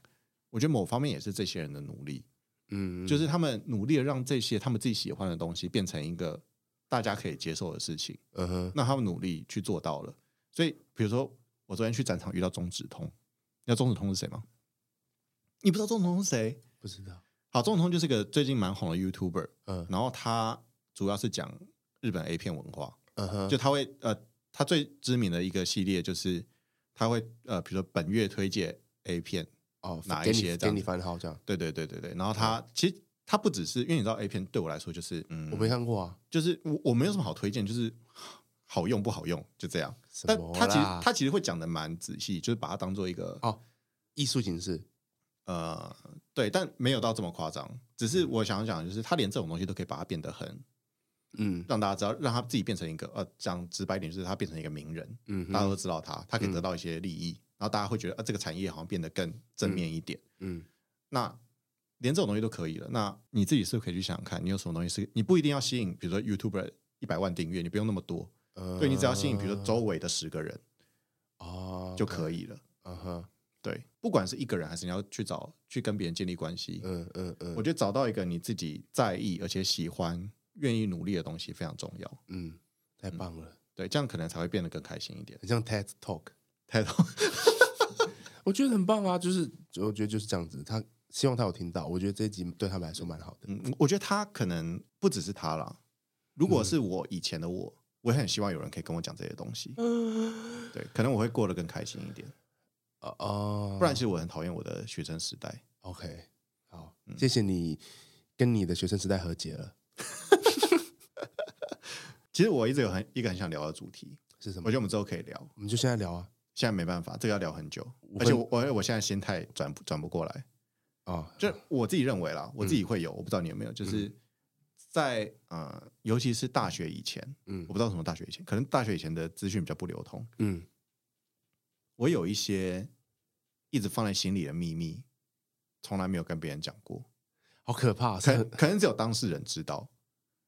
Speaker 1: 我觉得某方面也是这些人的努力，
Speaker 2: 嗯嗯，
Speaker 1: 就是他们努力的让这些他们自己喜欢的东西变成一个大家可以接受的事情。
Speaker 2: 嗯哼
Speaker 1: 那他们努力去做到了，所以，比如说我昨天去展场遇到钟子通，你知道钟子通是谁吗？你不知道钟子通是谁？
Speaker 2: 不知道，
Speaker 1: 好，钟子通就是个最近蛮红的 YouTuber，
Speaker 2: 嗯
Speaker 1: 然后他主要是讲日本 A 片文化，
Speaker 2: 嗯哼，
Speaker 1: 就他会呃，他最知名的一个系列就是他会呃，比如说本月推荐 A 片，
Speaker 2: 哦，
Speaker 1: 哪
Speaker 2: 给
Speaker 1: 一
Speaker 2: 你
Speaker 1: 些这
Speaker 2: 给
Speaker 1: 样
Speaker 2: 你
Speaker 1: 子
Speaker 2: 番号这样，
Speaker 1: 对对对对对，然后
Speaker 2: 嗯
Speaker 1: 他其实他不只是因为你知道 A 片对我来说就是嗯，
Speaker 2: 我没看过啊，
Speaker 1: 就是我我没有什么好推荐，就是好用不好用就这样，
Speaker 2: 什
Speaker 1: 但
Speaker 2: 么
Speaker 1: 他其
Speaker 2: 啦
Speaker 1: 实他其实会讲的蛮仔细，就是把它当做一个
Speaker 2: 哦，艺术形式，
Speaker 1: 呃，对，但没有到这么夸张。只是我想讲，就是他连这种东西都可以把它变得很
Speaker 2: 嗯
Speaker 1: 让大家知道，让他自己变成一个呃，讲直白一点，就是他变成一个名人，
Speaker 2: 嗯哼，
Speaker 1: 大家都知道他，他可以得到一些利益，然后大家会觉得啊、这个产业好像变得更正面一点。
Speaker 2: 嗯
Speaker 1: 那连这种东西都可以了，那你自己是不是可以去想想看，你有什么东西是你不一定要吸引，比如说 YouTuber 一百万订阅，你不用那么多，对你只要吸引，比如说周围的十个人
Speaker 2: 嗯哦
Speaker 1: 就可，以了。
Speaker 2: 嗯哼，
Speaker 1: 对，不管是一个人还是你要去找去跟别人建立关系，
Speaker 2: 嗯嗯嗯，
Speaker 1: 我觉得找到一个你自己在意而且喜欢、愿意努力的东西非常重要。
Speaker 2: 嗯，太棒了，
Speaker 1: 对，这样可能才会变得更开心一点。
Speaker 2: 很像 TED Talk，
Speaker 1: 太多，
Speaker 2: 我觉得很棒啊，就是我觉得就是这样子，他希望他有听到，我觉得这一集对他们来说蛮好的，
Speaker 1: 嗯，我觉得他可能不只是他啦。如
Speaker 2: 嗯
Speaker 1: 果是我以前的我，我也很希望有人可以跟我讲这些东西。
Speaker 2: 嗯，
Speaker 1: 对，可能我会过得更开心一点。
Speaker 2: 哦哦，
Speaker 1: 不然，其实我很讨厌我的学生时代。
Speaker 2: OK，好，
Speaker 1: 嗯
Speaker 2: 谢谢你跟你的学生时代和解了，
Speaker 1: 其实我一直有很一个很想聊的主题，
Speaker 2: 是什
Speaker 1: 我
Speaker 2: 么
Speaker 1: 觉？得我们之后可以聊。
Speaker 2: 我们就现在聊啊，
Speaker 1: 现在没办法，这个要聊很久，
Speaker 2: 分
Speaker 1: 而且我我我现在心态转不转不过来。
Speaker 2: 哦，
Speaker 1: 就我自己认为啦，我
Speaker 2: 嗯
Speaker 1: 自己会有，我不知道你有没有，就是在呃，尤其是大学以前，
Speaker 2: 嗯
Speaker 1: 我不知道什么大学以前，可能大学以前的资讯比较不流通，
Speaker 2: 嗯，
Speaker 1: 我有一些一直放在心里的秘密，从来没有跟别人讲过，
Speaker 2: 好可怕，
Speaker 1: 可
Speaker 2: 是
Speaker 1: 能可能只有当事人知道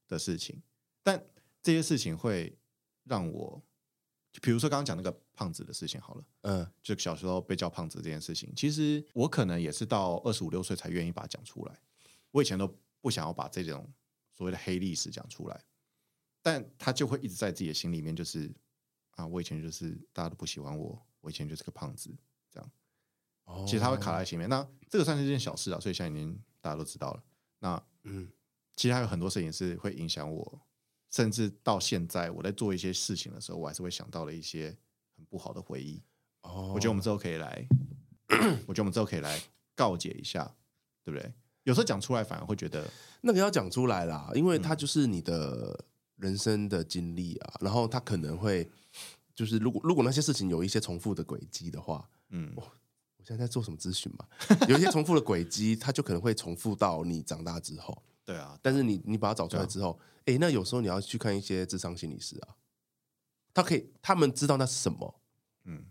Speaker 1: 的事情，但这些事情会让我，就比如说刚刚讲那个胖子的事情好了。
Speaker 2: 嗯
Speaker 1: 就小时候被叫胖子这件事情，其实我可能也是到二十五六岁才愿意把它讲出来。我以前都不想要把这种所谓的黑历史讲出来，但他就会一直在自己的心里面，就是啊，我以前就是大家都不喜欢我，我以前就是个胖子。
Speaker 2: 哦，
Speaker 1: 其实他会卡在心里面。那这个算是一件小事啊，所以现在已经大家都知道了。那
Speaker 2: 嗯
Speaker 1: 其实还有很多事情是会影响我，甚至到现在我在做一些事情的时候，我还是会想到了一些很不好的回忆。
Speaker 2: 哦，
Speaker 1: 我觉得我们之后可以来，我觉得我们之后可以来告解一下，对不对？有时候讲出来反而会觉得，
Speaker 2: 那个要讲出来啦，因为
Speaker 1: 嗯
Speaker 2: 它就是你的人生的经历啊，然后它可能会就是如果如果那些事情有一些重复的轨迹的话，哦
Speaker 1: 嗯，
Speaker 2: 我现在在做什么咨询嘛？有一些重复的轨迹，它就可能会重复到你长大之后。
Speaker 1: 对啊，
Speaker 2: 但是你你把它找出来
Speaker 1: 对啊
Speaker 2: 之后，哎、那有时候你要去看一些智商心理师啊，他可以他们知道那是什么，
Speaker 1: 嗯，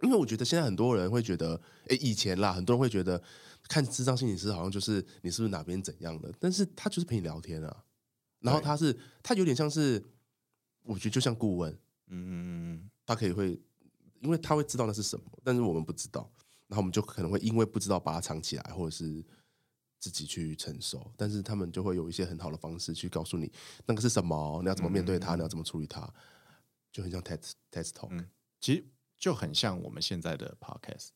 Speaker 2: 因为我觉得现在很多人会觉得，诶，以前啦，很多人会觉得看智障心理师好像就是你是不是哪边怎样的，但是他就是陪你聊天啊，然后
Speaker 1: 对
Speaker 2: 他是他有点像是，我觉得就像顾问，
Speaker 1: 嗯，
Speaker 2: 他可以会，因为他会知道那是什么，但是我们不知道，然后我们就可能会因为不知道把它藏起来，或者是自己去承受，但是他们就会有一些很好的方式去告诉你那个是什么，你要怎么面对它，你要怎么处理它，就很像 test test talk，、
Speaker 1: 嗯其实就很像我们现在的 podcast，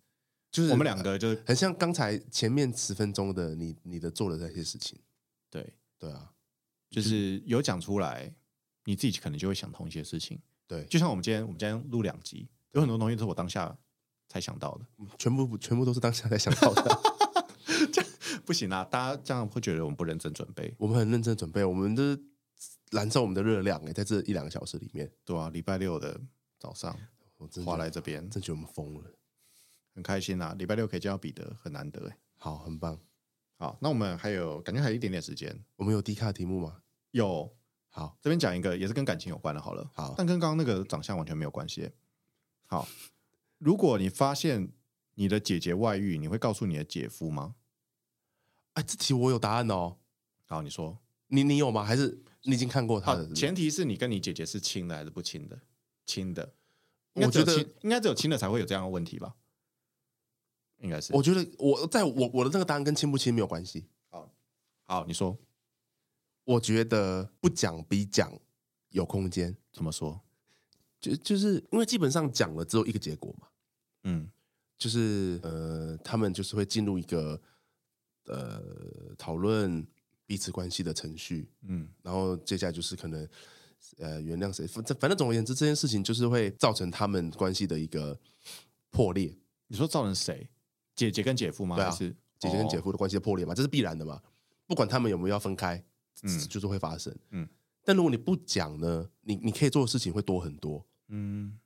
Speaker 2: 就是
Speaker 1: 我们两个就是呃
Speaker 2: 很像刚才前面十分钟的你你的做的那些事情，
Speaker 1: 对，
Speaker 2: 对啊，
Speaker 1: 就是有讲出来，你自己可能就会想通一些事情。
Speaker 2: 对，
Speaker 1: 就像我们今天，我们今天录两集，有很多东西都是我当下才想到的。
Speaker 2: 全部全部都是当下才想到的。
Speaker 1: 不行啊，大家这样会觉得我们不认真准备，
Speaker 2: 我们很认真准备，我们就是燃烧我们的热量哎、在这一两个小时里面，
Speaker 1: 对啊，礼拜六的早上
Speaker 2: 我真的
Speaker 1: 划
Speaker 2: 觉得
Speaker 1: 来这边，
Speaker 2: 真觉得我们疯了。
Speaker 1: 很开心啊。礼拜六可以见到彼得，很难得哎、
Speaker 2: 好，很棒。
Speaker 1: 好，那我们还有感觉还有一点点时间，
Speaker 2: 我们有低卡题目吗？
Speaker 1: 有
Speaker 2: 好，
Speaker 1: 这边讲一个也是跟感情有关的，好了，
Speaker 2: 好
Speaker 1: 但跟刚刚那个长相完全没有关系。欸好，如果你发现你的姐姐外遇，你会告诉你的姐夫吗？
Speaker 2: 哎，这题我有答案哦。
Speaker 1: 好，你说，
Speaker 2: 你你有吗？还是你已经看过他
Speaker 1: 好
Speaker 2: 的？，
Speaker 1: 前提是你跟你姐姐是亲的还是不亲的？亲的，
Speaker 2: 我
Speaker 1: 应该只有
Speaker 2: 觉得
Speaker 1: 亲应该只有亲的才会有这样的问题吧？应该是。
Speaker 2: 我觉得我在我我的这个答案跟亲不亲没有关系。
Speaker 1: 好，你说
Speaker 2: 我觉得不讲比讲有空间。
Speaker 1: 怎么说？
Speaker 2: 就就是因为基本上讲了只有一个结果嘛，
Speaker 1: 嗯
Speaker 2: 就是呃，他们就是会进入一个呃讨论彼此关系的程序，
Speaker 1: 嗯
Speaker 2: 然后接下来就是可能呃原谅谁，反正反正总而言之，这件事情就是会造成他们关系的一个破裂，
Speaker 1: 你说造成谁？姐姐跟姐夫吗？
Speaker 2: 对啊
Speaker 1: 还是哦
Speaker 2: 姐姐跟姐
Speaker 1: 夫？
Speaker 2: 夫的关系的破裂嘛，这是必然的嘛，不管他们有没有要分开，
Speaker 1: 嗯
Speaker 2: 就是会发生，
Speaker 1: 嗯
Speaker 2: 但如果你不讲呢，你你可以做的事情会多很多，
Speaker 1: 嗯，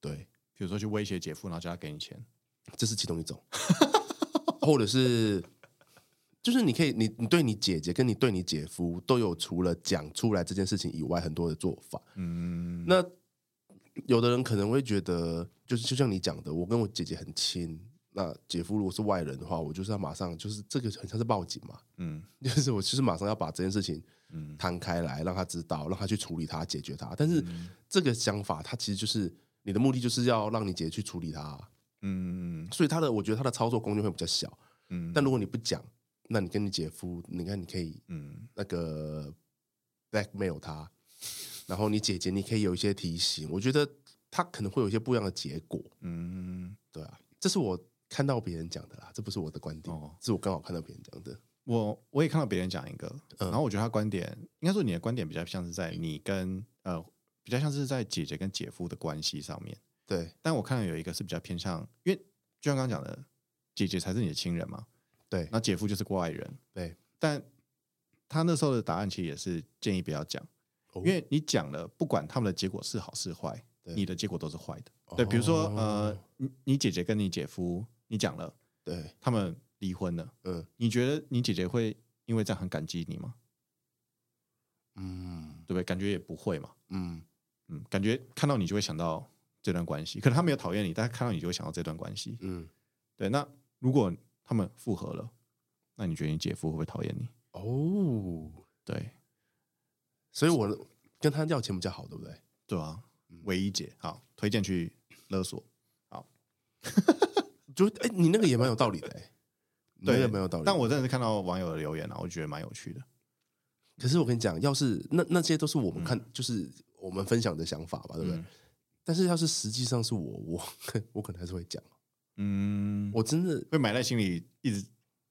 Speaker 2: 对，
Speaker 1: 比如说去威胁姐夫，然后叫他给你钱。
Speaker 2: 这是其中一种，或者是就是你可以，你你对你姐姐跟你对你姐夫都有除了讲出来这件事情以外很多的做法。
Speaker 1: 嗯，
Speaker 2: 那有的人可能会觉得，就是就像你讲的，我跟我姐姐很亲，那姐夫如果是外人的话，我就是要马上就是这个很像是报警嘛，
Speaker 1: 嗯
Speaker 2: 就是我就是马上要把这件事情
Speaker 1: 嗯
Speaker 2: 摊开来，让他知道，让他去处理它，解决它。但是
Speaker 1: 嗯
Speaker 2: 这个想法，它其实就是你的目的，就是要让你姐姐去处理它啊、
Speaker 1: 嗯
Speaker 2: 所以他的我觉得他的操作空间会比较小。
Speaker 1: 嗯，
Speaker 2: 但如果你不讲，那你跟你姐夫，你看你可以
Speaker 1: 嗯
Speaker 2: 那个 blackmail 他，然后你姐姐你可以有一些提醒，我觉得他可能会有一些不一样的结果，
Speaker 1: 嗯，
Speaker 2: 对啊，这是我看到别人讲的啦，这不是我的观点，
Speaker 1: 哦
Speaker 2: 是我刚好看到别人讲的，
Speaker 1: 我我也看到别人讲一个，
Speaker 2: 嗯
Speaker 1: 然后我觉得他观点，应该说你的观点比较像是在你跟呃，比较像是在姐姐跟姐夫的关系上面。
Speaker 2: 对
Speaker 1: 但我看到有一个是比较偏向，因为就像刚刚讲的，姐姐才是你的亲人嘛，
Speaker 2: 对
Speaker 1: 那姐夫就是过来人。
Speaker 2: 对，
Speaker 1: 但他那时候的答案其实也是建议不要讲，
Speaker 2: 哦
Speaker 1: 因为你讲了，不管他们的结果是好是坏，
Speaker 2: 对
Speaker 1: 你的结果都是坏的。对，比如说呃
Speaker 2: 哦，
Speaker 1: 你你姐姐跟你姐夫，你讲了，
Speaker 2: 对，
Speaker 1: 他们离婚了，
Speaker 2: 嗯
Speaker 1: 你觉得你姐姐会因为这样很感激你吗？
Speaker 2: 嗯
Speaker 1: 对不对？感觉也不会嘛，
Speaker 2: 嗯，
Speaker 1: 嗯，感觉看到你就会想到这段关系，可能他没有讨厌你，但他看到你就会想到这段关系。
Speaker 2: 嗯，
Speaker 1: 对，那如果他们复合了，那你觉得你姐夫会不会讨厌你？
Speaker 2: 哦，
Speaker 1: 对，
Speaker 2: 所以我跟他要钱比较好，对不对？
Speaker 1: 对啊，唯一姐，好，推荐去勒索。
Speaker 2: 就哎、你那个也蛮有道理的、哎，你那
Speaker 1: 对，
Speaker 2: 个蛮有道理的，
Speaker 1: 但我真的是看到网友的留言啊，我觉得蛮有趣的。
Speaker 2: 可是我跟你讲，要是那那些都是我们看，就是我们分享的想法吧，对不对？
Speaker 1: 嗯
Speaker 2: 但是要是实际上是我， 我我可能还是会讲，
Speaker 1: 嗯，我
Speaker 2: 我真的
Speaker 1: 会埋在心里，一直。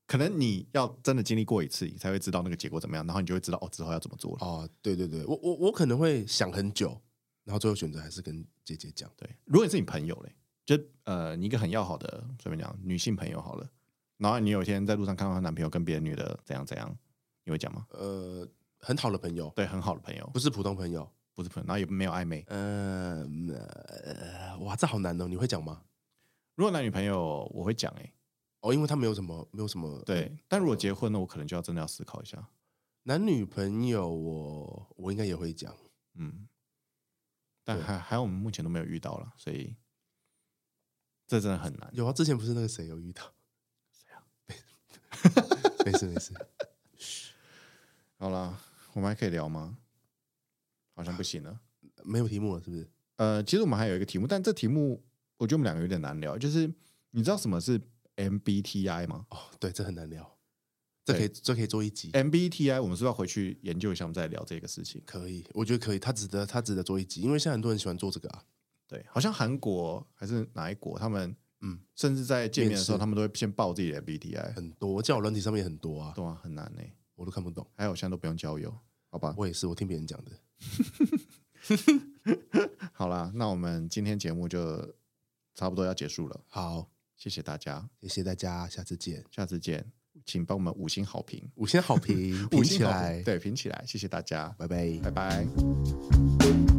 Speaker 1: 可能你要真的经历过一次，你才会知道那个结果怎么样，然后你就会知道哦，之后要怎么做了。
Speaker 2: 啊、对对对，我我我可能会想很久，然后最后选择还是跟姐姐讲。
Speaker 1: 对，如果你是你朋友嘞，就呃，你一个很要好的，随便讲女性朋友好了，然后你有一天在路上看到她男朋友跟别的女的怎样怎样，你会讲吗？
Speaker 2: 呃，很好的朋友，
Speaker 1: 对，很好的朋友，
Speaker 2: 不是普通朋友。
Speaker 1: 不是朋友，然后也没有暧昧。
Speaker 2: 呃嗯呃，哇，这好难哦，你会讲吗？
Speaker 1: 如果男女朋友，我会讲哎、欸，
Speaker 2: 哦，因为他没有什么，没有什么
Speaker 1: 对。但如果结婚呢，我可能就要真的要思考一下。
Speaker 2: 男女朋友我我应该也会讲。
Speaker 1: 嗯，但
Speaker 2: 对
Speaker 1: 还还有我们目前都没有遇到了，所以这真的很难。
Speaker 2: 有啊，之前不是那个谁有遇到
Speaker 1: 啊
Speaker 2: 谁啊？没没事没事，
Speaker 1: 好啦，我们还可以聊吗？好像不行了。
Speaker 2: 没有题目了是不是？
Speaker 1: 呃，其实我们还有一个题目，但这题目我觉得我们两个有点难聊。就是你知道什么是 MBTI 吗
Speaker 2: 哦，对，这很难聊，这可以这可以做一集，
Speaker 1: ？MBTI 我们是不是要回去研究一下，我们再聊这个事情。
Speaker 2: 可以，我觉得可以，它值得它值得做一集，因为现在很多人喜欢做这个啊，
Speaker 1: 对，好像韩国还是哪一国，他们
Speaker 2: 嗯，
Speaker 1: 甚至在见面的时候，
Speaker 2: 面试
Speaker 1: 他们都会先报自己的 MBTI，
Speaker 2: 很多交友软体上面也很多啊，
Speaker 1: 对啊，很难呢、
Speaker 2: 我都看不懂。
Speaker 1: 还有现在都不用交友，好吧？
Speaker 2: 我也是，我听别人讲的。
Speaker 1: 好啦，那我们今天节目就差不多要结束了，
Speaker 2: 好，
Speaker 1: 谢谢大家，
Speaker 2: 谢谢大家，下次见。
Speaker 1: 下次见，请帮我们五星好评，
Speaker 2: 五星好评，
Speaker 1: 五
Speaker 2: 评
Speaker 1: 星
Speaker 2: 起
Speaker 1: 好评
Speaker 2: 来，
Speaker 1: 对，评起来，谢谢大家，
Speaker 2: 拜拜
Speaker 1: 拜拜。
Speaker 2: 拜